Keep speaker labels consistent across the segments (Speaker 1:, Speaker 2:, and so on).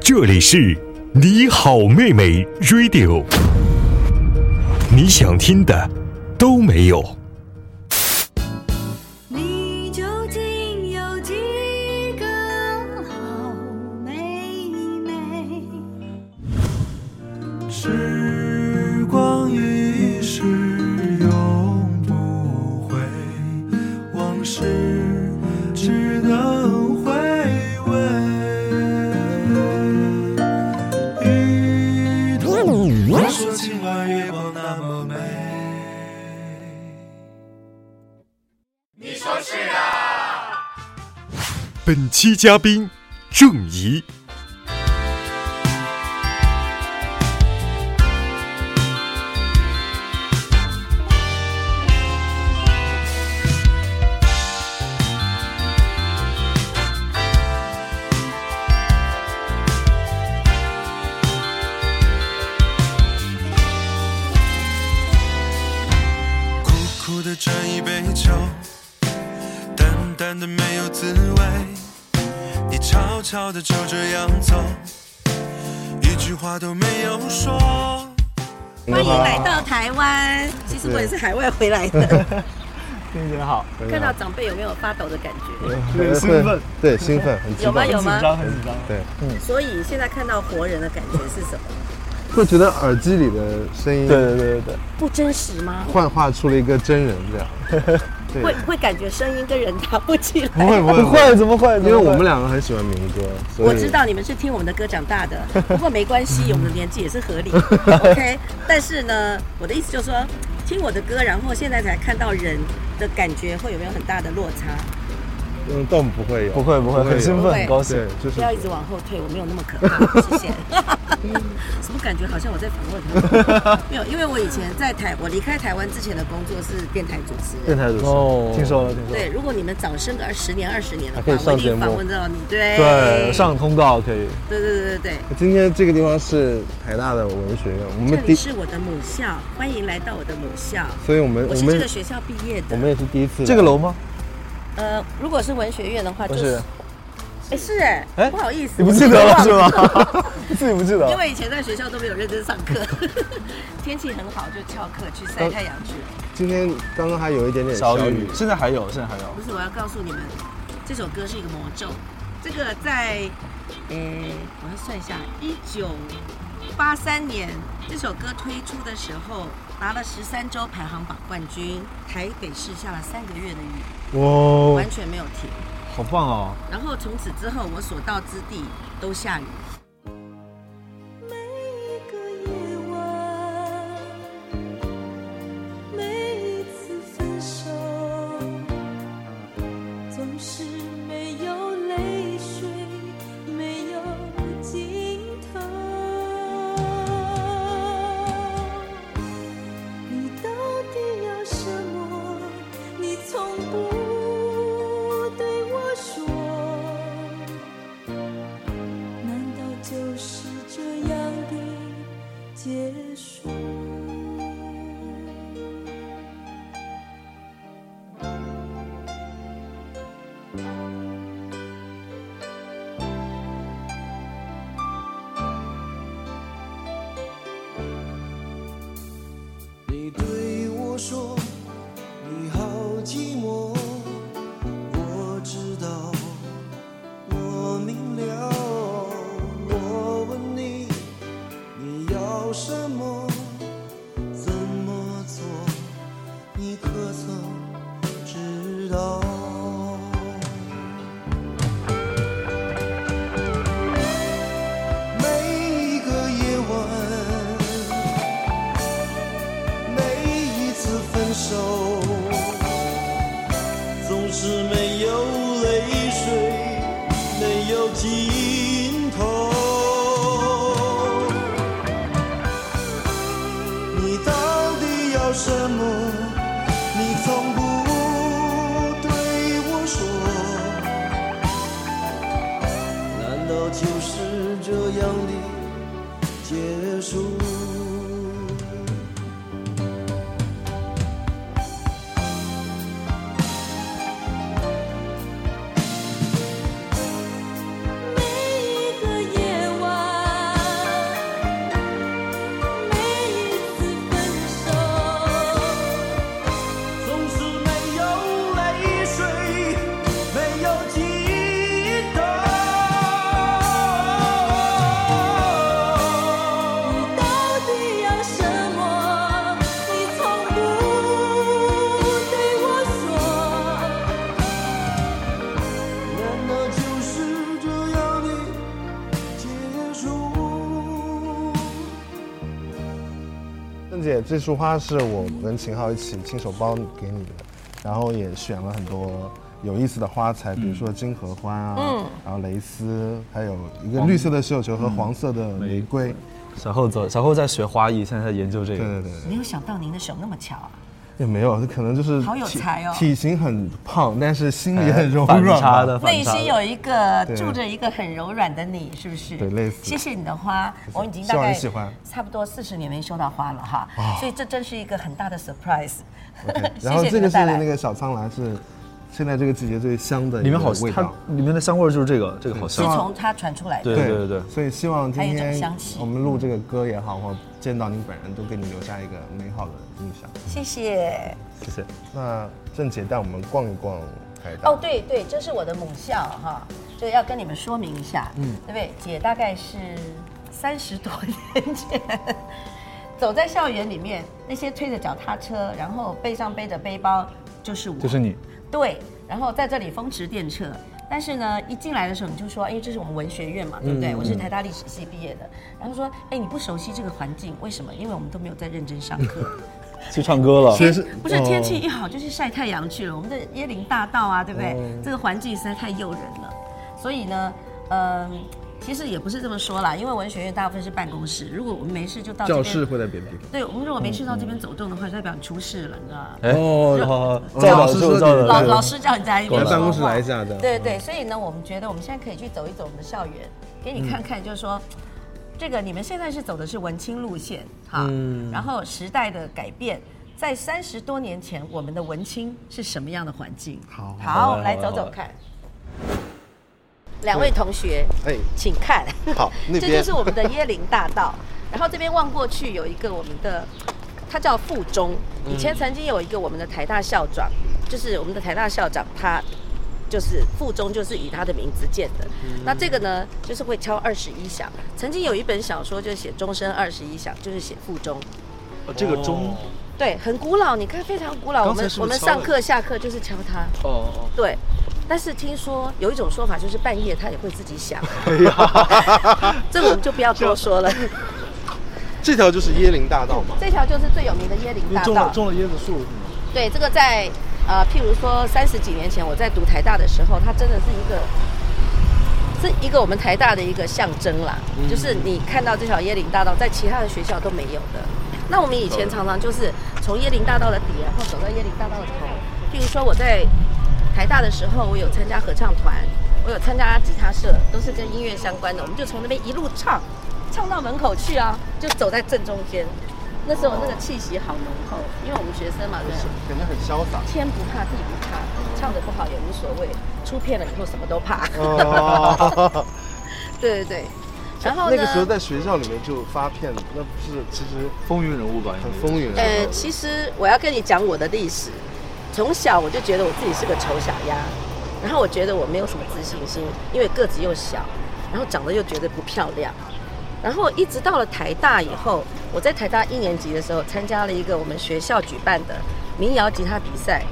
Speaker 1: 这里是你好妹妹 Radio，你想听的都没有。
Speaker 2: 你究竟有几个好妹妹？
Speaker 3: 时光一逝永不回，往事只能回味。一同我说今晚月光那么美。
Speaker 1: 本期嘉宾郑怡，
Speaker 3: 苦苦的斟一杯酒，淡淡的没有滋味。你悄悄的就这样走，一句话都没有说。
Speaker 4: 欢迎来到台湾。其实我也是海外回 来的，
Speaker 5: 心情好，
Speaker 4: 看到长辈有没有发抖的感觉？
Speaker 5: 对兴奋，
Speaker 6: 对兴奋，很激
Speaker 4: 有吗？
Speaker 6: 动，
Speaker 4: 有吗？
Speaker 5: 很紧张。嗯
Speaker 4: 所以现在看到活人的感觉是什么？
Speaker 6: 会觉得耳机里的声音
Speaker 5: 对对对对对，
Speaker 4: 不真实吗？
Speaker 6: 幻化出了一个真人这样。对
Speaker 4: 会会感觉声音跟人搭不起
Speaker 6: 不
Speaker 4: 来。
Speaker 6: 会不会
Speaker 5: 不 会，怎么会？
Speaker 6: 因为我们两个很喜欢民歌，所以
Speaker 4: 我知道你们是听我们的歌长大 的，不过没关系，我们的年纪也是合理，OK。但是呢，我的意思就是说，听我的歌，然后现在才看到人的感觉，会有没有很大的落差？
Speaker 6: 嗯，但不会有，
Speaker 5: 不会不会，很兴
Speaker 6: 有
Speaker 5: 奋，很高兴
Speaker 6: 对。，就是
Speaker 4: 不要一直往后退，我没有那么可怕，谢 谢。什么感觉？好像我在访问 他。没有，因为我以前在台，我离开台湾之前的工作是电台主持人。
Speaker 6: 电台主持人。
Speaker 5: 哦，听说了，听说了。
Speaker 4: 对，如果你们早生个十年、二十年的
Speaker 5: 啊还可以
Speaker 4: 话，我
Speaker 5: 上
Speaker 4: 一
Speaker 5: 节
Speaker 4: 定
Speaker 5: 目
Speaker 4: 访问到你。对，
Speaker 5: 对，上通告可以。
Speaker 4: 对对对对对。
Speaker 6: 今天这个地方是台大的文学院，我
Speaker 4: 这
Speaker 6: 们第
Speaker 4: 里，是我的母校，欢迎来到我的母校。
Speaker 6: 所以我们
Speaker 4: 我
Speaker 6: 我
Speaker 4: 是这个
Speaker 6: 们
Speaker 4: 学校毕业
Speaker 6: 我
Speaker 4: 的。
Speaker 6: 们也是第一次来
Speaker 5: 这个楼吗？
Speaker 4: 呃，如果是文学院的话，就
Speaker 5: 不
Speaker 4: 是
Speaker 5: 是，
Speaker 4: 哎是哎
Speaker 5: 哎，
Speaker 4: 不好意思，
Speaker 5: 你不记得 了是？吗？自己不记得
Speaker 4: 因
Speaker 5: 了。
Speaker 4: 为以前在学校都没有认真上课， 天气很好就翘课去晒太阳去了。
Speaker 6: 今天刚刚还有一点点
Speaker 5: 小
Speaker 6: 雨
Speaker 5: 雨，，现在还有，现在还有。
Speaker 4: 不是，我要告诉你们，这首歌是一个魔咒。这个在，呃，我要算一下，一九八三年这首歌推出的时候，拿了十三周排行榜冠军，台北市下了三个月的雨，
Speaker 5: 哇
Speaker 4: 完，全没有停。
Speaker 5: 好棒哦！
Speaker 4: 然后从此之后，我所到之地都下雨。
Speaker 2: 每一个夜晚，每一次分手，总是没有泪水，没有尽头。你到底要什么？你从不对我说。难道就是这样的结束？
Speaker 3: 你对我说，你好寂寞。我知道，我明了。我问你，你要什么？怎么做？你可曾知道？每一个夜晚。每一次分手，总是没有泪水，没有尽头。你到底要什么？你从不对我说，难道就是这样的结束？
Speaker 2: 每一个夜晚，
Speaker 6: 姐，这束花是我跟秦昊一起亲手包给你的，然后也选了很多有意思的花材，比如说金合欢啊，
Speaker 4: 嗯
Speaker 6: 然后蕾丝，还有一个绿色的绣球
Speaker 5: 嗯
Speaker 6: 和黄色的玫瑰。
Speaker 5: 小后走，小后在学花艺，现在在研究这
Speaker 6: 对对
Speaker 5: 个。
Speaker 6: 对，对
Speaker 4: 没有想到您的手那么巧啊！
Speaker 6: 也没有，可能就是
Speaker 4: 好有
Speaker 6: 体
Speaker 4: 才哦
Speaker 6: 体型很胖，但是心里很柔
Speaker 5: 哎反
Speaker 6: 软
Speaker 5: 差
Speaker 6: 吧
Speaker 5: 的，反
Speaker 4: 内
Speaker 5: 差
Speaker 4: 心有
Speaker 5: 的。
Speaker 4: 一个
Speaker 6: 对
Speaker 4: 住着一个很柔软的你，是不是？
Speaker 6: 对类似
Speaker 4: 谢谢你的花，我已经
Speaker 6: 希
Speaker 4: 大
Speaker 6: 望
Speaker 4: 概
Speaker 6: 你喜欢啊
Speaker 4: 差不多四十年没收到花了哈，所以这真是一个很大的 surprise。
Speaker 6: OK，
Speaker 4: 谢
Speaker 6: 然后
Speaker 4: 谢
Speaker 6: 这
Speaker 4: 你
Speaker 6: 个
Speaker 4: 的
Speaker 6: 是
Speaker 4: 带来。
Speaker 6: 那个小苍兰，是现在这个季节最香的一
Speaker 5: 里面
Speaker 6: 个
Speaker 5: 好，
Speaker 6: 味
Speaker 5: 它
Speaker 6: 道。
Speaker 5: 里面的香味儿就是这个，这个好
Speaker 4: 是
Speaker 5: 香。
Speaker 4: 从它传出来的。
Speaker 5: 对对对对，
Speaker 6: 所以希望今
Speaker 4: 还有一种
Speaker 6: 天
Speaker 4: 香气
Speaker 6: 我们录这个歌也好，或见到您本人，都给你留下一个美好的印象。
Speaker 4: 谢谢。
Speaker 5: 谢谢。
Speaker 6: 那郑姐带我们逛一逛海岛。
Speaker 4: 哦，对对，这是我的母校哈，这要跟你们说明一下，嗯，对不对？姐大概是三十多年前，走在校园里面，那些推着脚踏车，然后背上背着背包，就是我，
Speaker 5: 就是你，
Speaker 4: 对，然后在这里风驰电掣。但是呢，一进来的时候你就说，哎，这是我们文学院嘛，对不
Speaker 6: 嗯
Speaker 4: 对？我是台大历史系毕业的。然后说，哎，你不熟悉这个环境，为什么？因为我们都没有在认真上课。
Speaker 5: 去唱歌 了。
Speaker 6: 其实哦
Speaker 4: 不是天气一好就去晒太阳去了，我们的椰林大道啊，对不对？
Speaker 6: 哦
Speaker 4: 这个环境实在太诱人了，所以呢，嗯。其实也不是这么说啦，因为文学院大部分是办公室，如果我们没事就到这
Speaker 6: 教
Speaker 4: 边
Speaker 6: 室会嗯在别的地方。
Speaker 4: 对我们如果没事到这边走动的话，就代表你出事了，你知道吗？
Speaker 5: 哎，
Speaker 6: 哦
Speaker 5: 好，赵
Speaker 6: 老
Speaker 5: 老师
Speaker 6: 师
Speaker 5: 说
Speaker 6: 说
Speaker 5: 赵
Speaker 6: 你
Speaker 5: 老
Speaker 4: 老
Speaker 5: 师
Speaker 4: 老师叫你在那边说
Speaker 6: 来
Speaker 4: 话
Speaker 6: 嗯办公室来一下的嗯
Speaker 4: 对对，所以呢，我们觉得我们现在可以去走一走我们的校园，给你看看，就是说。
Speaker 6: 嗯
Speaker 4: 这个你们现在是走的是文青路线哈，
Speaker 6: 嗯
Speaker 4: 然后时代的改变，在三十多年前，我们的文青是什么样的环境？
Speaker 6: 好
Speaker 5: 好
Speaker 4: 好，
Speaker 5: 嘞
Speaker 4: 来
Speaker 5: 好嘞
Speaker 4: 走
Speaker 5: 好
Speaker 4: 走
Speaker 5: 嘞
Speaker 4: 看。两位同学，
Speaker 6: 哎，
Speaker 4: 请看，
Speaker 6: 好 那
Speaker 4: 这
Speaker 6: 边
Speaker 4: 就是我们的椰林大道。然后这边望过去有一个我们的，它叫附中。以
Speaker 6: 嗯
Speaker 4: 前曾经有一个我们的台大校长，就是我们的台大校长，他就是附中，就是以他的名字建的。
Speaker 7: 嗯
Speaker 4: 那这个呢，就是会敲二十一响。曾经有一本小说就是写钟声二十一响，就是写附中。
Speaker 7: 哦这个钟
Speaker 4: 对，很古老，你看非常古老。我
Speaker 7: 刚才
Speaker 4: 们
Speaker 7: 是
Speaker 4: 我
Speaker 7: 不是敲
Speaker 4: 们
Speaker 7: 了
Speaker 4: 上课下课就是敲它。
Speaker 7: 哦哦，
Speaker 4: 对，但是听说有一种说法就是半夜它也会自己响，
Speaker 7: 哎
Speaker 4: 这个我们就不要多说 了。
Speaker 6: 这条就是椰林大道嘛。
Speaker 4: 这条就是最有名的椰林大
Speaker 7: 种
Speaker 4: 道
Speaker 7: 了。种了椰子树是吗？
Speaker 4: 对，这个在呃，譬如说三十几年前我在读台大的时候，它真的是一个。是一个我们台大的一个象征啦，就是你看到这条椰林大道，在其他的学校都没有的。那我们以前常常就是从椰林大道的底，然后走到椰林大道的头。譬如说我在台大的时候，我有参加合唱团，我有参加吉他社，都是跟音乐相关的，我们就从那边一路唱，唱到门口去啊，就走在正中间。那时候那个气息好浓厚，因为我们学生嘛，对不对。
Speaker 6: 感觉很潇洒。
Speaker 4: 天不怕地不怕，唱的不好也无所谓，出片了以后什么都怕。
Speaker 6: 哦，
Speaker 4: 对对对，然后
Speaker 6: 那
Speaker 4: 呢？
Speaker 6: 个时候在学校里面就发片，那不是其实
Speaker 5: 风云人物吧，应该
Speaker 6: 很
Speaker 5: 是
Speaker 6: 风云。
Speaker 4: 呃，其实我要跟你讲我的历史。从小我就觉得我自己是个丑小鸭，然后我觉得我没有什么自信心，因为个子又小，然后长得又觉得不漂亮。然后一直到了台大以后，我在台大一年级的时候参加了一个我们学校举办的民谣吉他比赛，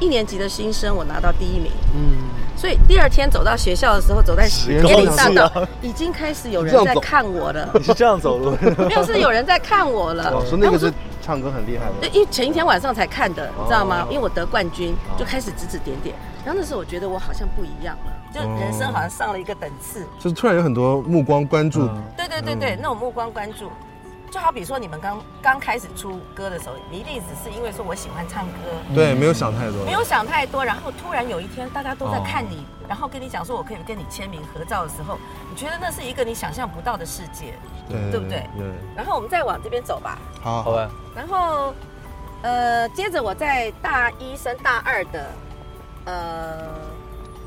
Speaker 4: 一年级的新生我拿到第一名。嗯，所以第二天走到学校的时候，走在椰林大
Speaker 6: 啊
Speaker 4: 道，已经开始有人在看我了，
Speaker 5: 你是这样走路，
Speaker 4: 没有是有人在看我了。
Speaker 6: 老师哦那个是唱歌很厉害的
Speaker 4: 对，。因为前一天晚上才看的，你知道吗？因为我得冠军，就开始指指点点。然后那时候我觉得我好像不一样了，就人生好像上了一个等次。
Speaker 6: 就是突然有很多目光关注，
Speaker 4: 对对对对，那种目光关注，就好比说你们刚刚开始出歌的时候，你一定只是因为说我喜欢唱歌，
Speaker 6: 对，没有想太多
Speaker 4: 没有想太多。然后突然有一天大家都在看你，然后跟你讲说我可以跟你签名合照的时候，你觉得那是一个你想象不到的世界。对不对
Speaker 6: 对，
Speaker 4: 然后我们再往这边走吧。
Speaker 6: 好，
Speaker 5: 好
Speaker 6: 好，
Speaker 5: 吧？
Speaker 4: 然后，呃，接着我在大一升大二的，呃，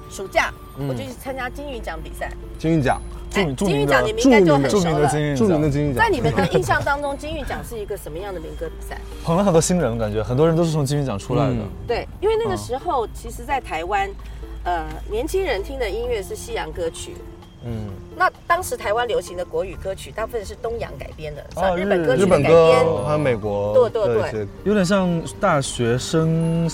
Speaker 4: 暑假，我就去参加金韵奖比赛。
Speaker 6: 金韵奖，
Speaker 5: 著
Speaker 4: 哎
Speaker 5: 名著
Speaker 4: 金韵
Speaker 5: 名
Speaker 4: 奖
Speaker 5: 的
Speaker 4: 你们应该就很
Speaker 5: 著
Speaker 4: 熟
Speaker 5: 名的
Speaker 4: 了。
Speaker 5: 金韵
Speaker 6: 著名的
Speaker 5: 奖，
Speaker 6: 金韵奖，
Speaker 4: 在你 们的印象当中，金韵奖是一个什么样的民歌比赛？
Speaker 5: 捧了很多新人，感觉很多人都是从金韵奖出来的
Speaker 6: 嗯。
Speaker 4: 对，因为那个时候，其实，在台湾，呃，年轻人听的音乐是西洋歌曲。
Speaker 6: 嗯，
Speaker 4: 那当时台湾流行的国语歌曲，大部分是东洋改编的，像
Speaker 5: 哦
Speaker 4: 日本歌
Speaker 6: 日
Speaker 4: 曲的
Speaker 6: 本
Speaker 4: 改编。
Speaker 6: 歌还有美国，
Speaker 4: 对对对
Speaker 6: 对，
Speaker 5: 有点像大学生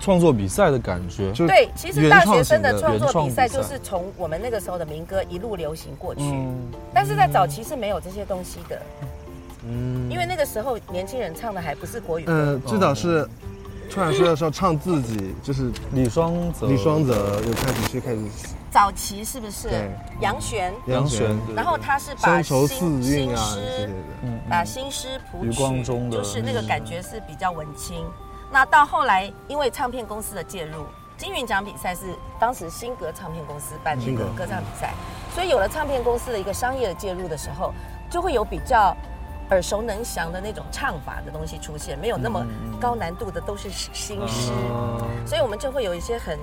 Speaker 5: 创作比赛的感觉。
Speaker 6: 就
Speaker 4: 对，其实
Speaker 6: 原
Speaker 4: 大
Speaker 6: 创
Speaker 4: 学生
Speaker 6: 型
Speaker 4: 的
Speaker 6: 的
Speaker 4: 创
Speaker 5: 原
Speaker 4: 作
Speaker 5: 创
Speaker 4: 比
Speaker 5: 比
Speaker 4: 赛
Speaker 5: 赛
Speaker 4: 就是从我们那个时候的民歌一路流行过去，
Speaker 5: 嗯
Speaker 4: 但是在早期是没有这些东西的。因为那个时候年轻人唱的还不是国语歌，
Speaker 6: 嗯，至少是出版社的时候唱自己，就是
Speaker 5: 李双泽，
Speaker 6: 李双泽又开始去开始
Speaker 4: 早期是不是
Speaker 6: 对？
Speaker 4: 杨璇，
Speaker 5: 杨璇对
Speaker 4: 然后他是把新
Speaker 6: 乡愁四韵
Speaker 4: 新
Speaker 6: 啊之
Speaker 4: 诗
Speaker 6: 类，的，
Speaker 4: 把新诗谱
Speaker 5: 余光中
Speaker 4: 曲，
Speaker 5: 的
Speaker 4: 就是那个感觉是比较文青。那到后来，因为唱片公司的介入，金韵奖比赛是当时新格唱片公司办的一个
Speaker 6: 新格
Speaker 4: 歌唱比赛，所以有了唱片公司的一个商业的介入的时候，就会有比较耳熟能详的那种唱法的东西出现，没有那么高难度的都是新诗，
Speaker 5: 哦嗯
Speaker 4: 所以我们就会有一些很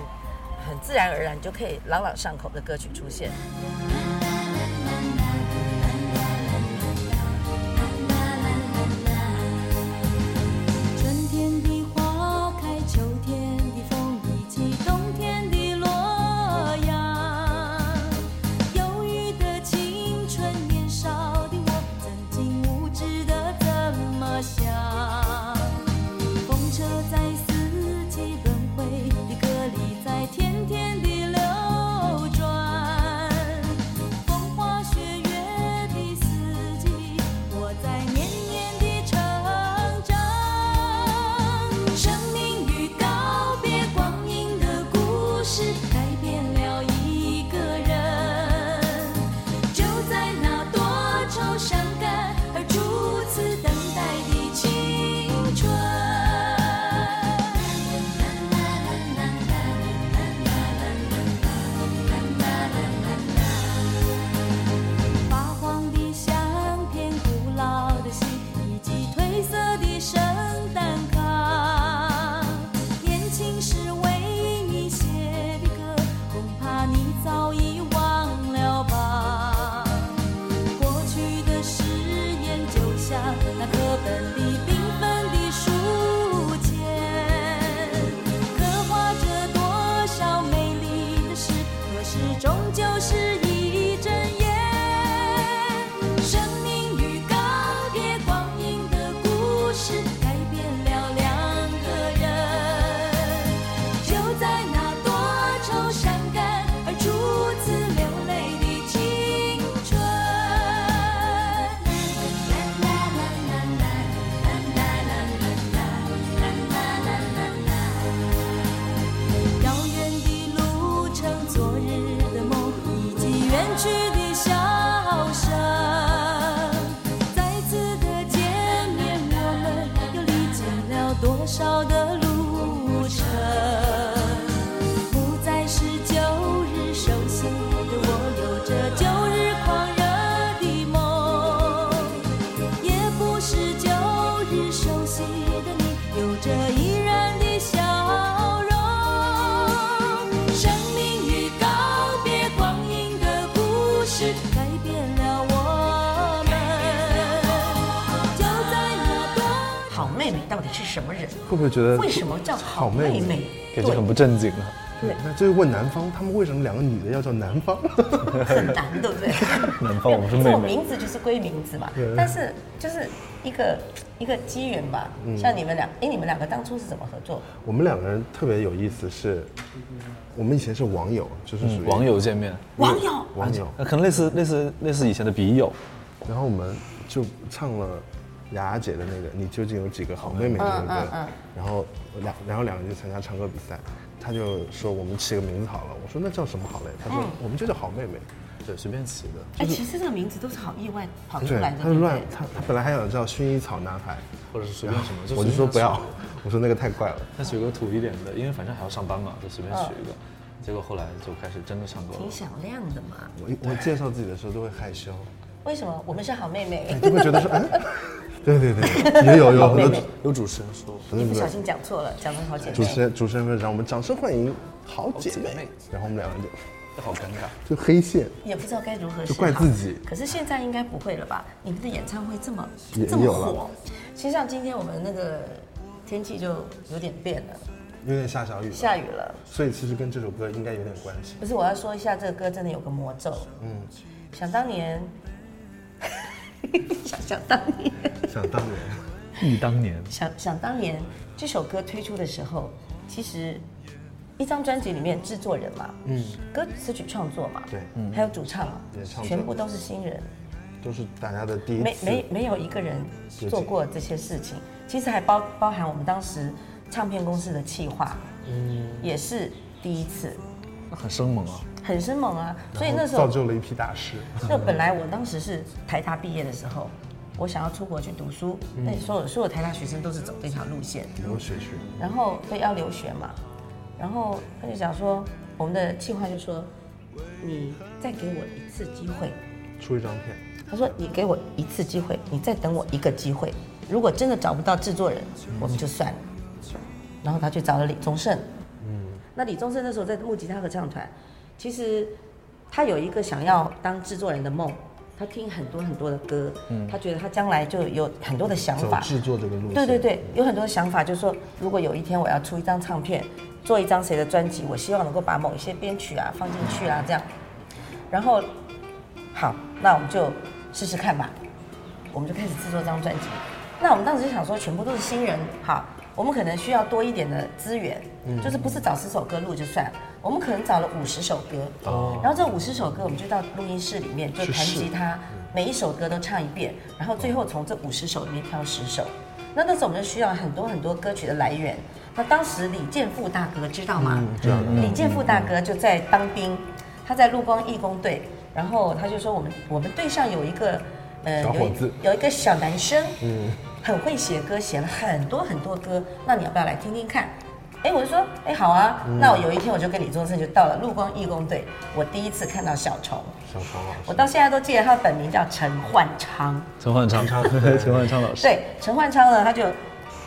Speaker 4: 很自然而然就可以朗朗上口的歌曲出现。
Speaker 2: 春天的花开，秋天的风以及冬天的洛阳。忧郁的青春，年少的我，曾经无知的怎么想？风车在四季轮回的歌里，在天天的流转。风花雪月的四季，我在年年的成长。生命与告别，光阴的故事改变了一个人。就在那多愁善感而初次等待的青春。发黄的相片、古老的戏以及褪色的圣诞卡。年轻时为你写的歌，恐怕你早已忘了吧。过去的誓言就像那课本里缤纷的书签，刻画着多少美丽的事，可是终究是一阵烟。生命与告别，光阴的故事改变了两个人。就在那多愁善感而初次流泪的青春。遥远的路程，昨日的梦，以及远去的笑声。再次的见面，我们又历经了多少的路程？不再是旧日熟悉的我，有着旧日狂热的梦，也不是旧日熟悉的你，有着依然的笑容。生命与告别，光阴的故事改变了我们。就在那多。
Speaker 4: 好妹妹到底是什么人？
Speaker 6: 会不会觉得
Speaker 4: 为什么叫好
Speaker 6: 好妹
Speaker 4: 妹妹？
Speaker 5: 感觉很不正经啊。
Speaker 6: 对，那就是问南方，他们为什么两个女的要叫南方？
Speaker 4: 很难，对 不对？
Speaker 5: 南
Speaker 6: 哦
Speaker 5: 方我们是妹妹
Speaker 4: 这种名字就是归名字嘛。但是就是一个一个机缘吧。
Speaker 6: 嗯
Speaker 4: 像你们俩，哎，你们两个当初是怎么合作？
Speaker 6: 我们两个人特别有意思是，我们以前是网友，就是属于、
Speaker 5: 嗯，网友啊见面，
Speaker 4: 网友
Speaker 6: 网友，
Speaker 5: 那可能类似类似类似以前的笔友，
Speaker 6: 然后我们就唱了雅雅姐的那个《你究竟有几个好妹妹》这首歌，然后两然后两个人就参加唱歌比赛，他就说我们起个名字好了，我说那叫什么好嘞？他说我们就叫好妹妹，
Speaker 5: 对，随便起的。
Speaker 4: 哎，其实这个名字都是好意外跑出
Speaker 6: 对
Speaker 4: 来，的，
Speaker 6: 他
Speaker 4: 对不
Speaker 6: 就乱
Speaker 4: 对？
Speaker 6: 他他本来还想叫薰衣草男孩，
Speaker 5: 或者是随便什么，
Speaker 6: 我就
Speaker 5: 随
Speaker 6: 说
Speaker 5: 便
Speaker 6: 不要
Speaker 5: 取，
Speaker 6: 我说那个太怪了。
Speaker 5: 再取个土一点的，因为反正还要上班嘛，就随便取一个。结果后来就开始真的唱歌了
Speaker 4: 嗯挺。响亮的嘛。
Speaker 6: 我我介绍自己的时候都会害羞，
Speaker 4: 为什么我们是好妹妹？
Speaker 6: 就会觉得说，哎，对对对，也有
Speaker 4: 哦
Speaker 6: 有
Speaker 5: 有
Speaker 6: 很
Speaker 5: 有
Speaker 6: 多
Speaker 5: 有主持人说，
Speaker 4: 一不小心讲错了，讲成好姐
Speaker 6: 主持
Speaker 4: 妹。
Speaker 6: 人主持人会让我们掌声欢迎好姐妹，然后我们两个就
Speaker 5: 这好尴尬。
Speaker 6: 就黑线，
Speaker 4: 也不知道该如何是好，
Speaker 6: 就怪自己
Speaker 4: 可是现在应该不会了吧？你们的演唱会这么
Speaker 6: 也
Speaker 4: 这么
Speaker 6: 有了啊
Speaker 4: 火，其实像今天我们那个天气就有点变了，
Speaker 6: 有点下小雨了，
Speaker 4: 下雨了。
Speaker 6: 所以其实跟这首歌应该有点关系。
Speaker 4: 不是，我要说一下，这个歌真的有个魔咒。嗯，想当年，想想当年，
Speaker 6: 想当年，
Speaker 5: 忆当年，
Speaker 4: 想想当年，这首歌推出的时候，其实一张专辑里面制作人嘛，嗯，歌词曲创作嘛，
Speaker 6: 对
Speaker 4: 还有主唱嘛，
Speaker 6: 对唱者
Speaker 4: 全部都是新人。
Speaker 6: 都是大家的第一
Speaker 4: 没
Speaker 6: 次，
Speaker 4: 没没有一个人做过这些事情，其实还包包含我们当时唱片公司的企划，
Speaker 6: 嗯
Speaker 4: 也是第一次，
Speaker 5: 那很生猛啊！
Speaker 4: 很生猛啊。所以那时
Speaker 6: 造
Speaker 4: 候，
Speaker 6: 就了一批大师。
Speaker 4: 那本来我当时是台大毕业的时候，我想要出国去读书，那所有所有台大学生都是走这条路线，
Speaker 6: 留学去，
Speaker 4: 然后所以要留学嘛，然后他就讲说，我们的企划就说，你再给我一次机会，
Speaker 6: 出一张片，
Speaker 4: 他说：“你给我一次机会，你再等我一个机会。如果真的找不到制作人，我们就算了。”然后他去找了李宗盛。
Speaker 6: 嗯
Speaker 4: 那李宗盛那时候在木吉他合唱团，其实他有一个想要当制作人的梦。他听很多很多的歌，他觉得他将来就有很多的想
Speaker 6: 嗯走
Speaker 4: 法。
Speaker 6: 制作这个路线。
Speaker 4: 对对对，有很多的想法，就是说，如果有一天我要出一张唱片，做一张谁的专辑，我希望能够把某一些编曲啊放进去啊，这样。然后，好，那我们就试试看吧。我们就开始制作这张专辑。那我们当时就想说，全部都是新人，好，我们可能需要多一点的资源，
Speaker 6: 嗯
Speaker 4: 就是不是找十首歌录就算，我们可能找了五十首歌，
Speaker 6: 哦
Speaker 4: 然后这五十首歌我们就到录音室里面就弹吉他，
Speaker 6: 嗯
Speaker 4: 每一首歌都唱一遍，然后最后从这五十首里面挑十首。那那时候我们就需要很多很多歌曲的来源。那当时李健富大哥知道吗？
Speaker 6: 嗯知道
Speaker 4: 李健富大哥就在当兵，他在陆光义工队，然后他就说我们我们队上有一个呃
Speaker 6: 小伙子
Speaker 4: 有一有一个小男生，嗯，很会写歌，写了很多很多歌，那你要不要来听听看？哎，我就说，哎，好啊，
Speaker 6: 嗯
Speaker 4: 那我有一天我就跟李宗盛就到了陆光义工队，我第一次看到小虫，
Speaker 6: 小黄老
Speaker 4: 我
Speaker 6: 师，
Speaker 4: 到现在都记得他的本名叫陈焕昌。
Speaker 5: 陈 焕昌，陈焕昌老师，
Speaker 4: 对，陈焕昌呢，他就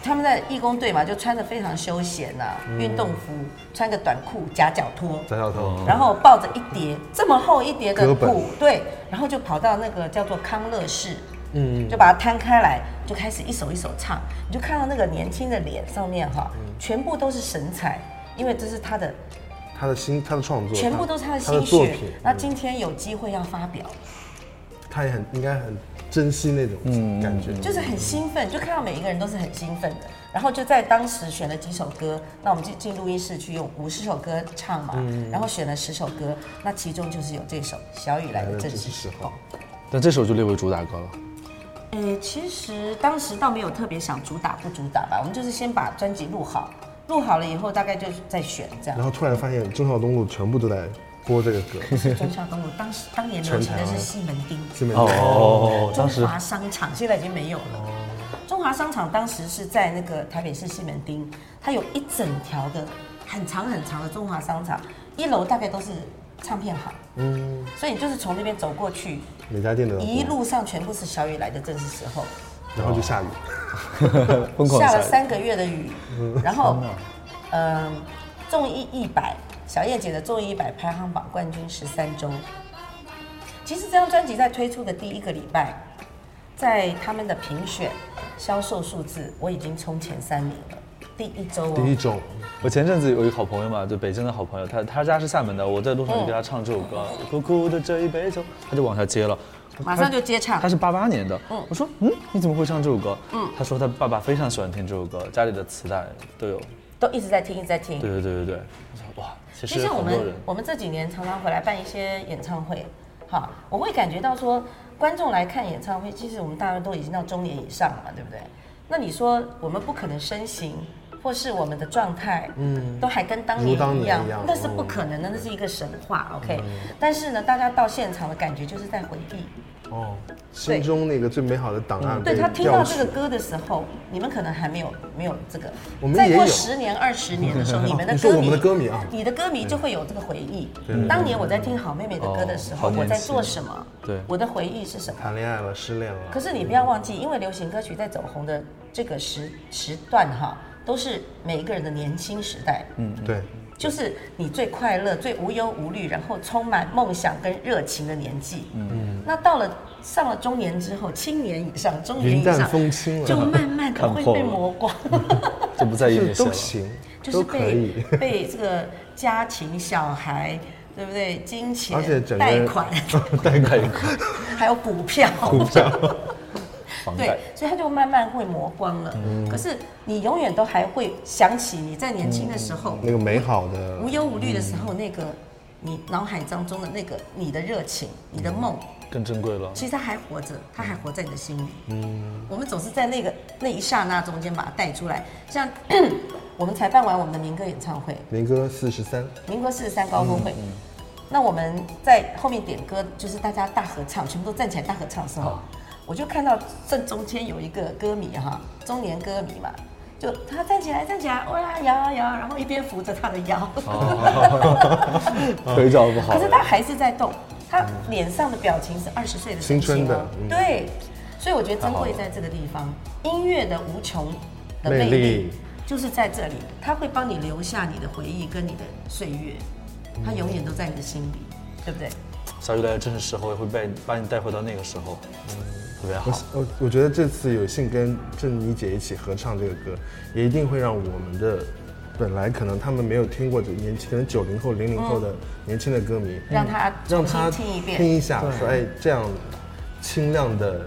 Speaker 4: 他们在义工队嘛，就穿着非常休闲呐、
Speaker 6: 嗯
Speaker 4: 运动服，穿个短裤夹脚拖，
Speaker 6: 咱小头，
Speaker 4: 然后抱着一叠这么厚一叠的
Speaker 6: 歌本
Speaker 4: 布，对，然后就跑到那个叫做康乐室，嗯，就把它摊开来，就开始一首一首唱，你就看到那个年轻的脸上面哈，全部都是神采，因为这是他的，
Speaker 6: 他的新他的创作，
Speaker 4: 全部都是他的嗯
Speaker 6: 他
Speaker 4: 心
Speaker 6: 的作
Speaker 4: 血
Speaker 6: 品。，
Speaker 4: 那今天有机会要发表，
Speaker 6: 他也很应该很珍惜那种感觉，
Speaker 4: 就是很兴奋，就看到每一个人都是很兴奋的。然后就在当时选了几首歌，那我们进进录音室去用五十首歌唱嘛，然后选了十首歌，那其中就是有这首《小雨来的正是时候》。
Speaker 5: 但这首就列为主打歌了。
Speaker 4: 呃，其实当时倒没有特别想主打不主打吧，我们就是先把专辑录好，录好了以后大概就再选这样
Speaker 6: 然。后突然发现中孝东路全部都在播这个歌，
Speaker 4: 中孝东路当时当年流行的是西门町，
Speaker 6: 西门町
Speaker 5: 哦，
Speaker 4: 中华商场现在已经没有了。中华商场当时是在那个台北市西门町，它有一整条的很长很长的中华商场，一楼大概都是唱片行，嗯，所以你就是从那边走过去，
Speaker 6: 每家店都在播
Speaker 4: 一，路上全部是小雨来的正是时候。
Speaker 6: 然后就下雨，
Speaker 4: 哦
Speaker 5: 疯狂
Speaker 4: 下
Speaker 5: 下
Speaker 4: 了
Speaker 5: 雨
Speaker 4: 三个月的雨，然后，嗯，综艺一百，小叶姐的综艺一百排行榜冠军十三周。其实这张专辑在推出的第一个礼拜，在他们的评选销售数字，我已经冲前三名了，第一周
Speaker 6: 第一
Speaker 4: 哦。
Speaker 6: 周
Speaker 5: 我前阵子有一个好朋友嘛，就北京的好朋友，他他家是厦门的，我在路上就给他唱这首歌，苦苦的这一杯酒，他就往下接了。
Speaker 4: 马上就接唱
Speaker 5: 他是八八年的。我说，嗯，你怎么会唱这首歌？嗯，他说他爸爸非常喜欢听这首歌，家里的磁带都有。
Speaker 4: 都一直在听，一直在听
Speaker 5: 对。对对对对，我说哇，其
Speaker 4: 其
Speaker 5: 实
Speaker 4: 实我
Speaker 5: 很多
Speaker 4: 们
Speaker 5: 人
Speaker 4: 我们这几年常常回来办一些演唱会，哈，我会感觉到说，观众来看演唱会，其实我们大家都已经到中年以上了嘛，对不对？那你说我们不可能身形，或是我们的状态，嗯，都还跟当年
Speaker 6: 如当
Speaker 4: 一
Speaker 6: 年
Speaker 4: 样
Speaker 6: 一样，
Speaker 4: 那是不可能的，那是一个神话，OK。但是呢，大家到现场的感觉就是在回忆，
Speaker 6: 哦，心中那个最美好的档案
Speaker 4: 对
Speaker 6: 被
Speaker 4: 他听到
Speaker 6: 调
Speaker 4: 这
Speaker 6: 取
Speaker 4: 个，歌的时候，你们可能还没有没有这个
Speaker 6: 我，们
Speaker 4: 再
Speaker 6: 也
Speaker 4: 过
Speaker 6: 有
Speaker 4: 十年二十年的时 候，你们的
Speaker 6: 你说
Speaker 4: 歌迷，
Speaker 6: 我们的歌迷啊
Speaker 4: 你的歌迷就会有这个回忆
Speaker 6: 对对。对
Speaker 4: 当年我在听好妹妹的歌的时候，
Speaker 5: 哦好
Speaker 4: 我
Speaker 5: 年轻
Speaker 4: 在做什么？
Speaker 5: 对
Speaker 4: 我的回忆是什么？
Speaker 6: 谈恋爱了，失恋了，
Speaker 4: 可是你不要忘记，因为流行歌曲在走红的这个时时段哈，都是每一个人的年轻时代。嗯，
Speaker 6: 对，
Speaker 4: 就是你最快乐、最无忧无虑，然后充满梦想跟热情的年纪。嗯，那到了上了中年之后，青年以上、中年以
Speaker 6: 云淡
Speaker 4: 上，
Speaker 6: 风轻了，
Speaker 4: 就慢慢的会被磨 光，
Speaker 5: 就不在意那
Speaker 6: 是
Speaker 5: 些
Speaker 6: 都
Speaker 5: 了。
Speaker 6: 行，
Speaker 4: 就是
Speaker 6: 都可以
Speaker 4: 被。 被这个家庭、小孩，对不对？金钱、
Speaker 6: 而且整个
Speaker 4: 贷 款，
Speaker 5: 贷款、
Speaker 4: 还有股票，股票，
Speaker 5: 房 贷
Speaker 4: 对，，所以他就慢慢会磨光了。
Speaker 6: 嗯
Speaker 4: 可是你永远都还会想起你在年轻的时候，
Speaker 6: 嗯那个美好的
Speaker 4: 无忧无虑的时候那个你脑海当中的那个你的热情、你的梦，
Speaker 5: 更珍贵了。
Speaker 4: 其实它还活着，它还活在你的心里。嗯，我们总是在那个那一刹那中间把它带出来。像 我们才办完我们的民歌演唱会，
Speaker 6: 民歌四十三，
Speaker 4: 民国四十三高峰会。那我们在后面点歌，就是大家大合唱，全部都站起来大合唱的时候，我就看到正中间有一个歌迷哈，中年歌迷嘛，就他站起来站起来，哇摇啊摇啊，然后一边扶着他的腰，
Speaker 5: 腿脚不好
Speaker 4: 可，是他还是在动，他脸上的表情是二十岁的神
Speaker 6: 青春
Speaker 4: 情
Speaker 6: 的
Speaker 4: 哦
Speaker 6: 嗯
Speaker 4: 对，所以我觉得珍贵在这个地方，音乐的无穷的
Speaker 6: 魅
Speaker 4: 魅
Speaker 6: 力
Speaker 4: 力就是在这里，它会帮你留下你的回忆跟你的岁月，它永远都在你的心里，对不对？
Speaker 5: 小雨来的正是时候，也会被把你带回到那个时候，嗯特别好
Speaker 6: 我。我我觉得这次有幸跟郑妮姐一起合唱这个歌，也一定会让我们的本来可能他们没有听过的年轻，可能九零后、零零后的年轻的歌迷，
Speaker 4: 嗯
Speaker 6: 嗯
Speaker 4: 让他
Speaker 6: 让
Speaker 4: 重
Speaker 6: 他
Speaker 4: 新听一
Speaker 6: 听
Speaker 4: 遍。
Speaker 6: 一下，说哎，这样清亮的，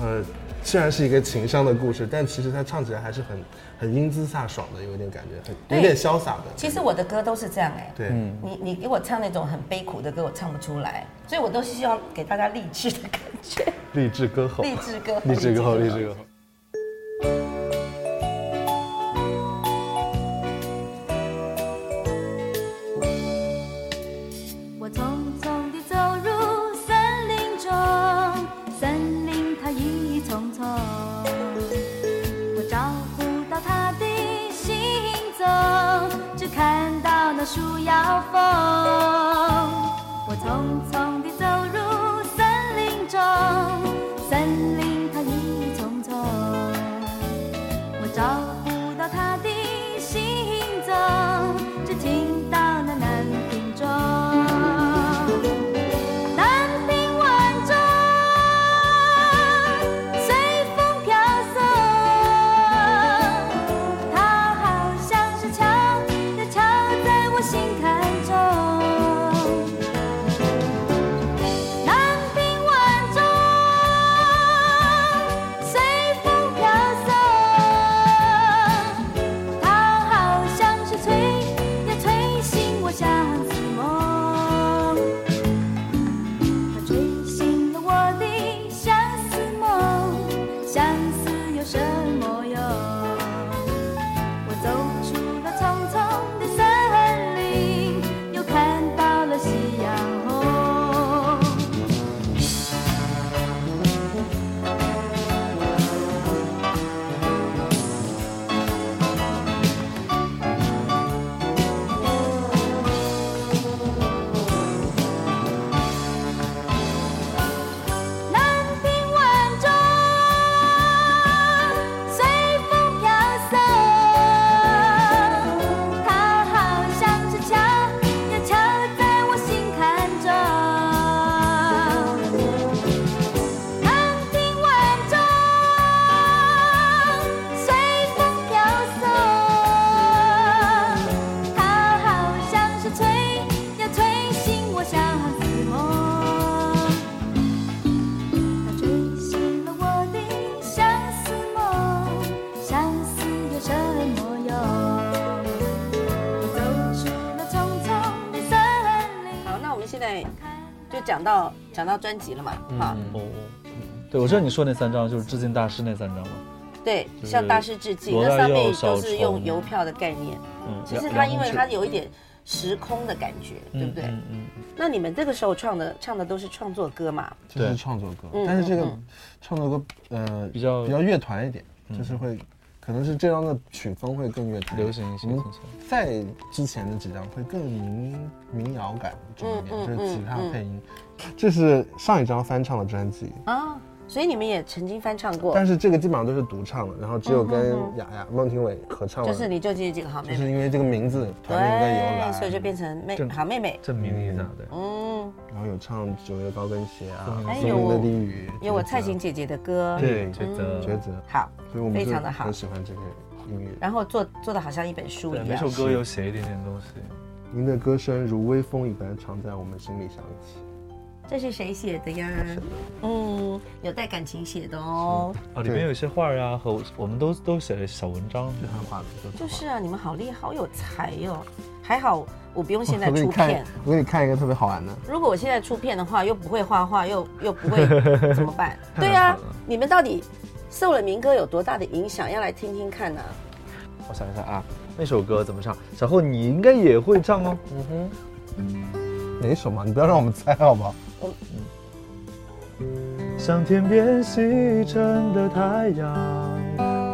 Speaker 6: 呃，虽然是一个情伤的故事，但其实他唱起来还是很很英姿飒爽的，有一点感觉，很有
Speaker 4: 对
Speaker 6: 点潇洒的。
Speaker 4: 其实我的歌都是这样哎、
Speaker 6: 对，
Speaker 4: 你你给我唱那种很悲苦的歌，我唱不出来，所以我都是希望给大家励志的感觉，
Speaker 6: 励志歌后，
Speaker 4: 励志歌，
Speaker 5: 励志歌后，励志歌后。
Speaker 2: 我匆匆地走入森林中，森林它郁郁葱葱。我找不到它的行踪，只看到那树摇风。我匆匆地走入森林中，森林它郁郁葱葱。我找不到他的行踪，只听到那南屏钟。南屏晚钟随风飘送，它好像是敲呀敲在我心坎中。南屏晚钟随风飘送，它好像是吹呀吹醒我相思梦，它吹醒了我的相思梦，相思有什么用？我走出了匆匆的森林，又看到了夕阳哦红。南屏晚钟随风飘送，它好像是敲呀敲在我心坎中。南屏晚钟随风飘送，它好像是吹呀吹醒我相思梦。它吹醒了我的相思梦，相思有什么用？我走出了匆匆的森林。
Speaker 4: 好，那我们现在就讲到讲到专辑了嘛，哈、
Speaker 5: 哦哦，对我知道你说那三张就是致敬大师那三张嘛。
Speaker 4: 对，
Speaker 5: 就是
Speaker 4: 向大师致敬。
Speaker 5: 罗
Speaker 4: 那
Speaker 5: 大
Speaker 4: 上
Speaker 5: 佑
Speaker 4: 面
Speaker 5: 小
Speaker 4: 都是用
Speaker 5: 虫
Speaker 4: 邮票的概念，
Speaker 5: 嗯，
Speaker 4: 其实
Speaker 5: 梁
Speaker 4: 它因为
Speaker 5: 梁
Speaker 4: 它
Speaker 5: 红志
Speaker 4: 有一点时空的感觉，对不对？
Speaker 5: 嗯嗯
Speaker 4: 那你们这个时候唱的唱的都是创作歌嘛？
Speaker 6: 这是
Speaker 5: 对
Speaker 6: 创作歌
Speaker 4: 嗯，
Speaker 6: 但是这个
Speaker 4: 嗯嗯
Speaker 6: 创作歌呃
Speaker 5: 比较
Speaker 6: 比较乐团一点，就是会可能是这张的曲风会更乐团
Speaker 5: 流行一些
Speaker 6: 我们
Speaker 5: 听起来
Speaker 6: 在之前的几张会更民民谣感重一
Speaker 4: 嗯
Speaker 6: 点，
Speaker 4: 嗯
Speaker 6: 就是吉他
Speaker 4: 嗯嗯
Speaker 6: 配音。这是上一张翻唱的专辑，
Speaker 4: 啊，所以你们也曾经翻唱过
Speaker 6: 但，是这个基本上都是独唱的，然后只有跟雅雅、孟庭苇合唱了。
Speaker 4: 嗯就是你就记得几个好
Speaker 6: 就
Speaker 4: 妹
Speaker 6: 是
Speaker 4: 妹，
Speaker 6: 因为这个名字团名的由来，
Speaker 4: 所以就变成妹
Speaker 5: 嗯正
Speaker 4: 好妹妹。
Speaker 5: 证明一下，对。
Speaker 4: 嗯，
Speaker 6: 然后有唱《九月高跟鞋》啊，
Speaker 4: 哎
Speaker 6: 《心灵的地狱》，
Speaker 4: 有我蔡琴姐姐的歌，
Speaker 6: 对
Speaker 5: 觉得
Speaker 6: 抉择，
Speaker 4: 好
Speaker 6: 所以我，们
Speaker 4: 非
Speaker 6: 就
Speaker 4: 常的好
Speaker 6: 很。喜欢这个音乐。
Speaker 4: 然后做做的好像一本书
Speaker 5: 对，
Speaker 4: 一
Speaker 5: 每
Speaker 4: 样
Speaker 5: 首。歌有写一点点东西。
Speaker 6: 您的歌声如微风一般，常在我们心里响起。
Speaker 4: 这是谁写的呀？嗯，有带感情写的哦。
Speaker 5: 啊，里面有一些画啊，和我们都都写了小文章，就很画的，
Speaker 4: 就是啊，你们好厉害，好有才哟、还好我不用现
Speaker 5: 哦
Speaker 4: 在
Speaker 6: 我给
Speaker 4: 出
Speaker 6: 你看
Speaker 4: 片，，
Speaker 6: 我给你看一个特别好玩的，
Speaker 4: 如果我现在出片的话，又不会画画，又又不 会怎么办？对啊，你们到底受了民歌有多大的影响？要来听听看呢、
Speaker 5: 我想一下啊，那首歌怎么唱？小厚，你应该也会唱哦。
Speaker 6: 哪一首嘛？你不要让我们猜好不好？
Speaker 5: 像天边西沉的太阳，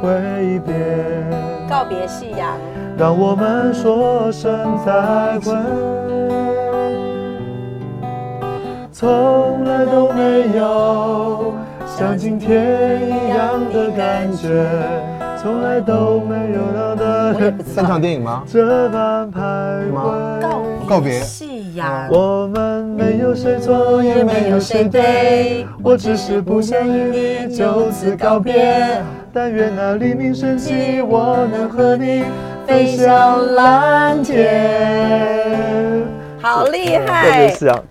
Speaker 5: 挥别，
Speaker 4: 告别夕阳，
Speaker 5: 让我们说声再会。从来都没有像今天一样的感觉，从来都没有
Speaker 4: 我
Speaker 5: 那
Speaker 4: 也
Speaker 5: 的
Speaker 4: 不知
Speaker 6: 三
Speaker 4: 道
Speaker 6: 场。电影吗？
Speaker 5: 这般徘
Speaker 6: 吗
Speaker 5: 徊。
Speaker 6: 告别
Speaker 4: 夕阳，
Speaker 5: 我们没有谁错，也没有谁对，我只是不想与你就此告别。但愿那黎明升起，我能和你飞向蓝天。
Speaker 4: 好厉
Speaker 5: 特
Speaker 4: 害
Speaker 5: 别！像，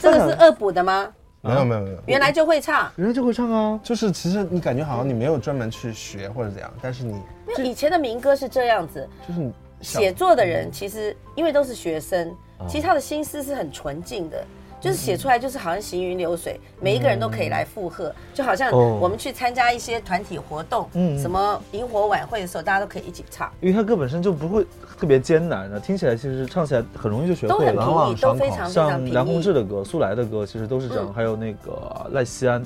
Speaker 4: 这个是恶补的吗？
Speaker 6: 没有没有没有，
Speaker 4: 原来就会唱。
Speaker 5: 原来就会唱啊！
Speaker 6: 就是其实你感觉好像你没有专门去学或者怎样，但是你
Speaker 4: 没有以前的民歌是这样子，
Speaker 6: 就是你想
Speaker 4: 写作的
Speaker 5: 嗯
Speaker 4: 人其实因为都是学生，
Speaker 5: 哦
Speaker 4: 其实他的心思是很纯净的，就是
Speaker 5: 嗯
Speaker 4: 写出来就是好像行云流水，每一个人都可以来附和，就好像
Speaker 5: 哦嗯
Speaker 4: 我们去参加一些团体活动，什么萤火晚会的时候，大家都可以一起唱，
Speaker 5: 因为它歌本身就不会特别艰难的，听起来其实唱起来很容易就学
Speaker 4: 都
Speaker 5: 会
Speaker 4: 很
Speaker 5: 了。
Speaker 4: 平易，
Speaker 6: 朗
Speaker 4: 都
Speaker 6: 上口
Speaker 4: 非常非常
Speaker 5: 像
Speaker 4: 平
Speaker 5: 梁宏志
Speaker 4: 易。
Speaker 5: 的歌、苏来的歌，其实都是这样，
Speaker 4: 嗯
Speaker 5: 还有那个赖西安，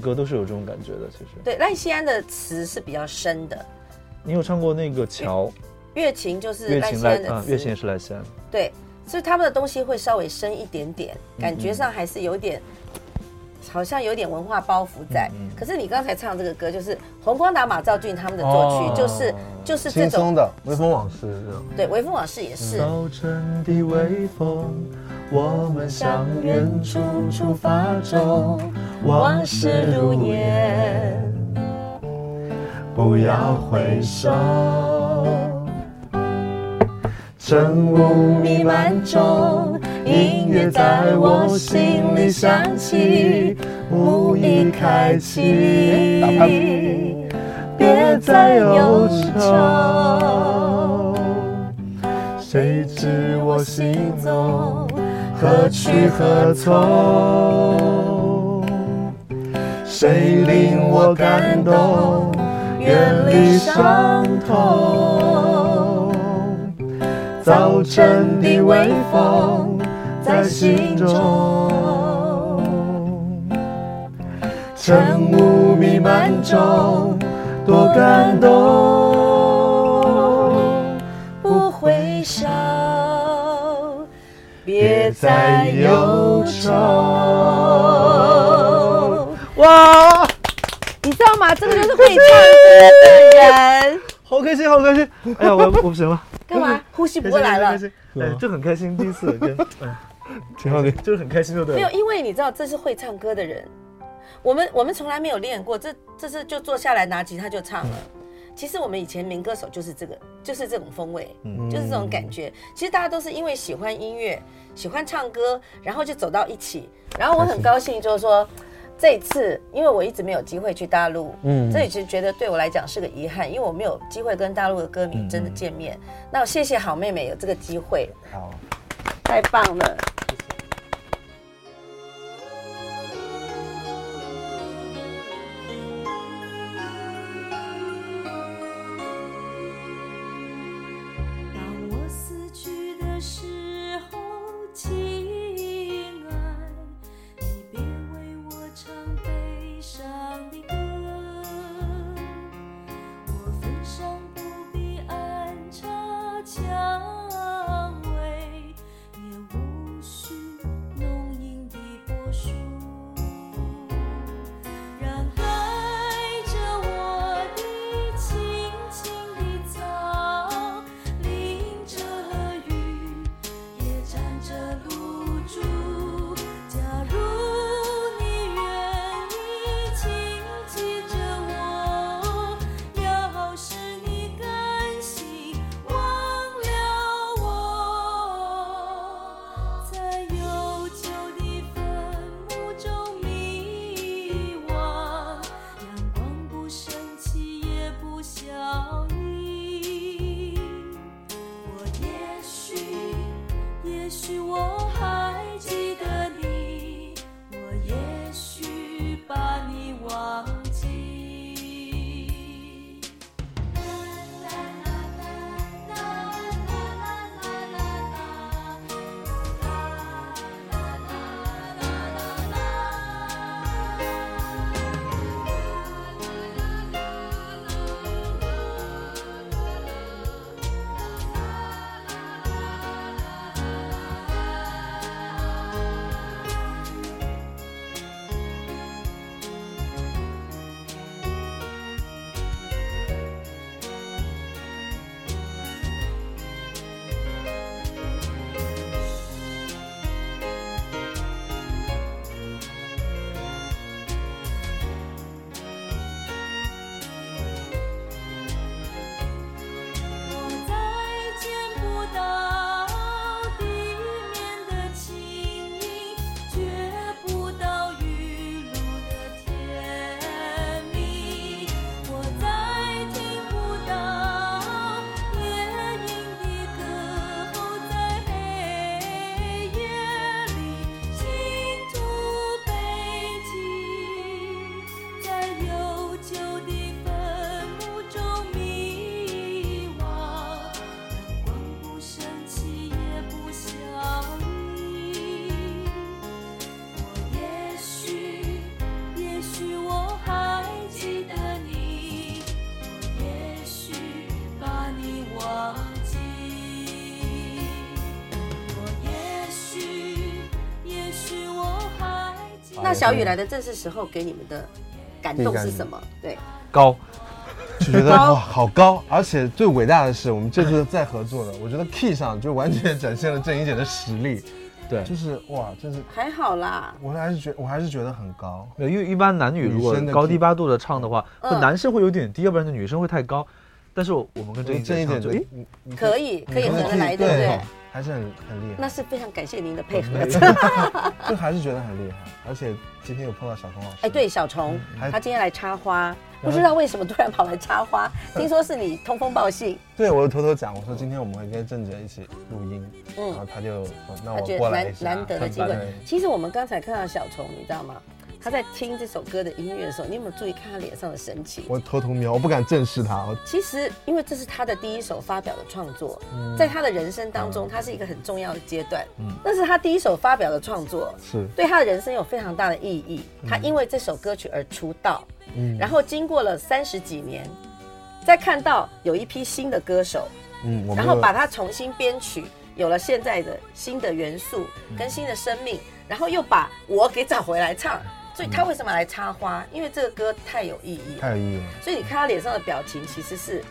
Speaker 5: 歌都是有这种感觉的。其实
Speaker 4: 对，赖西安的词是比较深的，
Speaker 5: 你有唱过那个《桥》，
Speaker 4: 乐琴就是
Speaker 5: 月
Speaker 4: 赖
Speaker 5: 琴
Speaker 4: 西
Speaker 5: 来
Speaker 4: 安的
Speaker 5: 啊，
Speaker 4: 词，
Speaker 5: 月琴也是来西安。
Speaker 4: 对，所以他们的东西会稍微深一点点，
Speaker 5: 嗯
Speaker 4: 感觉上还是有点，好像有点文化包袱在。
Speaker 5: 嗯
Speaker 4: 可是你刚才唱这个歌，就是红光达马兆俊他们的作曲，
Speaker 5: 哦
Speaker 4: 就是就是这
Speaker 6: 轻松
Speaker 4: 种
Speaker 6: 的微风往事这种。
Speaker 4: 对《微风往事》也是。
Speaker 5: 早晨的微风，我们向远处出发中，往事如烟，不要回首。晨雾弥漫中，音乐在我心里响起，无意开启。别再忧愁。谁知我行踪何去何从？谁令我感动？远离伤痛。早晨的微风在心中，晨雾弥漫中，多感动。
Speaker 4: 不回首，别再忧愁。
Speaker 5: 哇，
Speaker 4: 你知道吗？这个就是会唱歌的人，
Speaker 5: 好开心，好开心！哎呀，我我不行了，
Speaker 4: 干嘛呼吸
Speaker 5: 开
Speaker 4: 不过
Speaker 5: 心
Speaker 4: 来
Speaker 5: 开
Speaker 4: 了？
Speaker 5: 心开心哎，就很开心， 第一次跟，哎，
Speaker 6: 挺好的，
Speaker 5: 就是很开心，就对
Speaker 4: 没有，
Speaker 5: 了。
Speaker 4: 因为你知道这是会唱歌的人，我们我们从来没有练过，这这是就坐下来拿吉他就唱了。
Speaker 5: 嗯
Speaker 4: 其实我们以前民歌手就是这个，就是这种风味，就是这种感觉。其实大家都是因为喜欢音乐，喜欢唱歌，然后就走到一起。然后我很高兴，就是说这一次，因为我一直没有机会去大陆，嗯，这也是觉得对我来讲是个遗憾，因为我没有机会跟大陆的歌迷真的见面。那我谢谢好妹妹有这个机会，
Speaker 6: 好，
Speaker 4: 太棒了。
Speaker 2: 当我死去的时候，亲爱，你别为我唱悲伤的歌。我坟上不必安插蔷薇，也无需去把你忘记。我再见不到地面的青樱，觉不到雨露的甜蜜。我再听不到夜莺的歌喉在黑夜里倾吐悲泣，在悠久的坟墓中迷惘，阳光不升起也不消弭。我也许，也许我还记得你，我也许把你忘记。我也许，也许我还记得。
Speaker 4: 那小雨来的正是时候，给你们的感动是什么？对，
Speaker 5: 高，
Speaker 6: 就觉得哇，好高！而且最伟大的是，我们这次再合作了，我觉得 key 上就完全展现了郑怡姐的实力，
Speaker 5: 对，
Speaker 6: 就是哇，真是，
Speaker 4: 还好啦。
Speaker 6: 我还是觉，我还是觉得很高。
Speaker 5: 没有因为一般男女如果
Speaker 6: 女生的
Speaker 5: 高低八度的唱的话，
Speaker 4: 嗯
Speaker 5: 会男生会有点低，要不然就女生会太高。但是我我们跟郑
Speaker 6: 就
Speaker 5: 怡
Speaker 6: 郑
Speaker 5: 姐
Speaker 6: 怡姐
Speaker 5: 唱就，
Speaker 6: 的
Speaker 5: 诶，
Speaker 6: 你，你
Speaker 4: 可以可以
Speaker 6: 你
Speaker 4: 合
Speaker 6: 的
Speaker 4: 得
Speaker 6: key，
Speaker 4: 来对不对
Speaker 6: 还是很很厉害
Speaker 4: 那。是非常感谢您的配合。
Speaker 6: 就还是觉得很厉害，而且今天有碰到小童老师，
Speaker 4: 哎，对，，小虫，
Speaker 6: 还
Speaker 4: 他今天来插花，不知道为什么突然嗯跑来插花，听说是你通风报信，
Speaker 6: 对我偷偷讲，我说今天我们会跟郑姐一起录音，
Speaker 4: 嗯
Speaker 6: 然后他就说那
Speaker 4: 他
Speaker 6: 我
Speaker 4: 觉
Speaker 6: 过
Speaker 4: 得
Speaker 6: 来
Speaker 4: 难
Speaker 6: 一下，
Speaker 4: 难得的机会
Speaker 6: 对。
Speaker 4: 其实我们刚才看到小虫，你知道吗？他在听这首歌的音乐的时候，你有没有注意看他脸上的神情？
Speaker 6: 我头头瞄，我不敢正视他，我
Speaker 4: 其实，因为这是他的第一首发表的创作，
Speaker 6: 嗯
Speaker 4: 在他的人生当中，他是一个很重要的阶段。那是他第一首发表的创作，
Speaker 6: 是
Speaker 4: 对他的人生有非常大的意义。他因为这首歌曲而出道，
Speaker 6: 嗯
Speaker 4: 然后经过了三十几年，再看到有一批新的歌手，
Speaker 6: 嗯，我们
Speaker 4: 然后
Speaker 6: 就
Speaker 4: 把它重新编曲，有了现在的新的元素
Speaker 6: 嗯
Speaker 4: 跟新的生命，然后又把我给找回来唱。所以
Speaker 6: 嗯
Speaker 4: 他为什么来插花？因为这个歌太有意义了，
Speaker 6: 太有意义了。
Speaker 4: 所以你看他脸上的表情其实是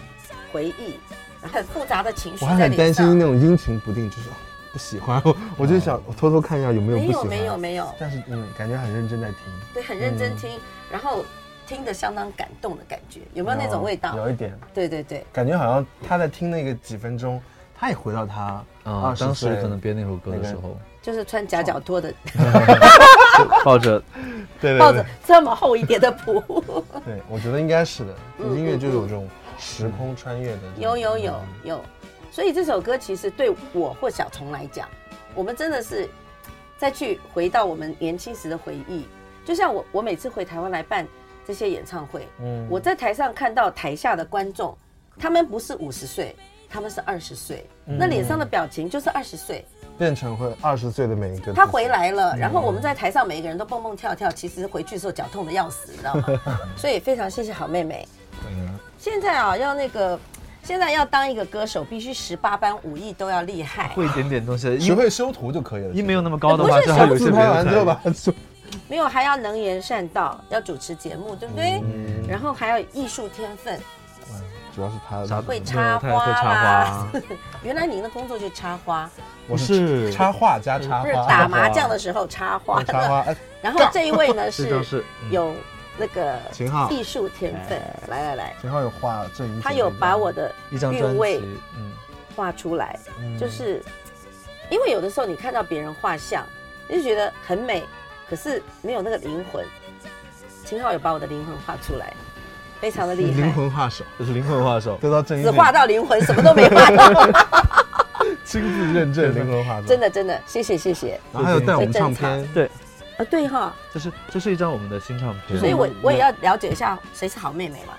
Speaker 4: 回忆，然后很复杂的情绪
Speaker 6: 我还
Speaker 4: 在
Speaker 6: 很担
Speaker 4: 脸
Speaker 6: 心
Speaker 4: 上
Speaker 6: 那。种阴晴不定，就是哦不喜欢， 我我就想偷偷看一下有没有
Speaker 4: 没
Speaker 6: 不喜
Speaker 4: 有
Speaker 6: 欢，
Speaker 4: 没有没有，
Speaker 6: 但是嗯，感觉很认真在听，
Speaker 4: 对，很认真听，然后听得相当感动的感觉，有没有那种味道？
Speaker 6: 有一点，
Speaker 4: 对对对，
Speaker 6: 感觉好像他在听那个几分钟，他也回到他
Speaker 5: 啊
Speaker 6: 二，十
Speaker 5: 当时
Speaker 6: 岁
Speaker 5: 可能编那首歌的时候，
Speaker 4: 就是穿
Speaker 6: 哦
Speaker 4: 夹脚拖的，
Speaker 5: 就抱着
Speaker 6: 对对
Speaker 4: 抱
Speaker 6: 对
Speaker 4: 着这么厚一叠的谱，
Speaker 6: 对，我觉得应该是的，
Speaker 4: 嗯
Speaker 6: 音乐就有这种时空穿越的这种。
Speaker 4: 有嗯有有有。所以这首歌其实对我或小虫来讲，我们真的是再去回到我们年轻时的回忆。就像我，我每次回台湾来办这些演唱会，
Speaker 6: 嗯
Speaker 4: 我在台上看到台下的观众，他们不是五十岁，他们是二十岁，
Speaker 6: 嗯
Speaker 4: 那脸上的表情就是二十岁。
Speaker 6: 变成会二十岁的每一个。
Speaker 4: 他回，来
Speaker 5: 嗯
Speaker 4: 了，然后我们在台上每一个人都蹦蹦跳跳，其实回去的时候脚痛的要死，你知道 吗？所以非常谢谢好妹妹。现在啊，要那个，现在要当一个歌手，必须十八般武艺都要厉害。
Speaker 5: 会一点点东西，
Speaker 6: 学
Speaker 5: 因为
Speaker 6: 会修图就可以了。
Speaker 5: 音没有那么高的
Speaker 4: 哎不
Speaker 5: 话，
Speaker 4: 是
Speaker 5: 正好有一些
Speaker 6: 自
Speaker 5: 别
Speaker 6: 拍
Speaker 5: 的
Speaker 6: 完
Speaker 5: 才
Speaker 6: 之后把它做
Speaker 4: 没有，还要能言善道，要主持节目，对不对？
Speaker 5: 嗯
Speaker 4: 然后还要有艺术天分，
Speaker 6: 主要是他
Speaker 5: 啥
Speaker 4: 会
Speaker 5: 对
Speaker 4: 插
Speaker 5: 他
Speaker 4: 花
Speaker 5: 也会插
Speaker 4: 啦
Speaker 5: 花。
Speaker 4: 原来您的工作就是插花，
Speaker 6: 我
Speaker 5: 是
Speaker 6: 插画加插
Speaker 4: 不
Speaker 6: 画，
Speaker 4: 是打麻将的时候插花
Speaker 6: 对 插
Speaker 4: 的。
Speaker 6: 画。哎，
Speaker 4: 然后这一位呢
Speaker 5: 这张是嗯
Speaker 4: 是有那个
Speaker 6: 秦昊
Speaker 4: 艺术天分，来来来，
Speaker 6: 秦昊有画郑怡姐那张，
Speaker 4: 他有把我的
Speaker 5: 哎嗯一张专
Speaker 4: 韵味
Speaker 5: 辑，嗯，
Speaker 4: 画出来，
Speaker 6: 嗯
Speaker 4: 就是因为有的时候你看到别人画像，你就觉得很美，可是没有那个灵魂。秦昊有把我的灵魂画出来，非常的厉
Speaker 6: 灵
Speaker 4: 害，
Speaker 6: 魂画手，
Speaker 5: 这是灵魂画手，
Speaker 6: 得到郑怡
Speaker 4: 只
Speaker 6: 姐
Speaker 4: 画到灵魂，什么都没画 到。
Speaker 6: 亲自认证灵魂画手，
Speaker 4: 真
Speaker 6: 的。
Speaker 4: 的真的，谢谢谢谢。
Speaker 6: 然后还有带我们唱片，
Speaker 5: 对，
Speaker 4: 啊，对哈，
Speaker 5: 这是这是一张我们的新唱片，
Speaker 4: 所以我我也要了解一下谁是好妹妹嘛。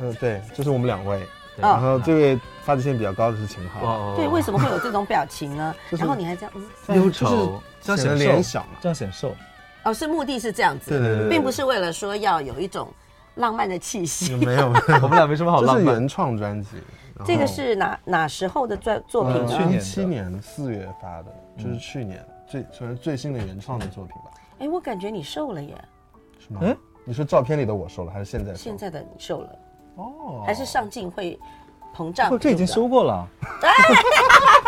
Speaker 6: 嗯，对，就是我们两位。
Speaker 5: 对
Speaker 4: 哦
Speaker 6: 然后这位发际线比较高的是秦昊，
Speaker 5: 哦
Speaker 4: 对，为什么会有这种表情呢？
Speaker 6: 就是
Speaker 4: 然后你还这样，嗯，
Speaker 5: 忧愁，这
Speaker 6: 显
Speaker 5: 样
Speaker 6: 得
Speaker 5: 显
Speaker 6: 脸
Speaker 5: 瘦，
Speaker 6: 小嘛。
Speaker 5: 这样显瘦，
Speaker 4: 哦，是目的是这样子，
Speaker 6: 对对对对
Speaker 4: 并不是为了说要有一种浪漫的气息。
Speaker 6: 没 有，没有
Speaker 5: 我们俩没什么好
Speaker 6: 这
Speaker 5: 浪
Speaker 6: 是
Speaker 5: 漫。
Speaker 6: 原创专辑。然后
Speaker 4: 这个是哪哪时候的作作品
Speaker 6: 呃
Speaker 4: 呢？
Speaker 5: 去年的嗯
Speaker 6: 七年四月发的，就是去年最算是最新的原创的作品吧？
Speaker 4: 哎，我感觉你瘦了耶，
Speaker 6: 是吗？
Speaker 5: 嗯
Speaker 6: 你说照片里的我瘦了，还是现在瘦？
Speaker 4: 现在的你瘦了，
Speaker 5: 哦
Speaker 4: 还是上镜会膨胀？
Speaker 5: 哦，这已
Speaker 4: 对
Speaker 5: 经
Speaker 4: 不对
Speaker 5: 修过 了，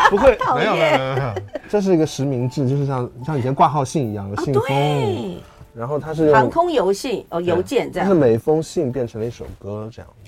Speaker 5: 不会，
Speaker 6: 没有没有没有没有，这是一个实名制，就是像像以前挂号信一样，有信封，
Speaker 4: 啊哦对，
Speaker 6: 然后它是用
Speaker 4: 航空邮信哦，邮件这
Speaker 6: 但是
Speaker 4: 样。
Speaker 6: 每封信变成了一首歌这样子。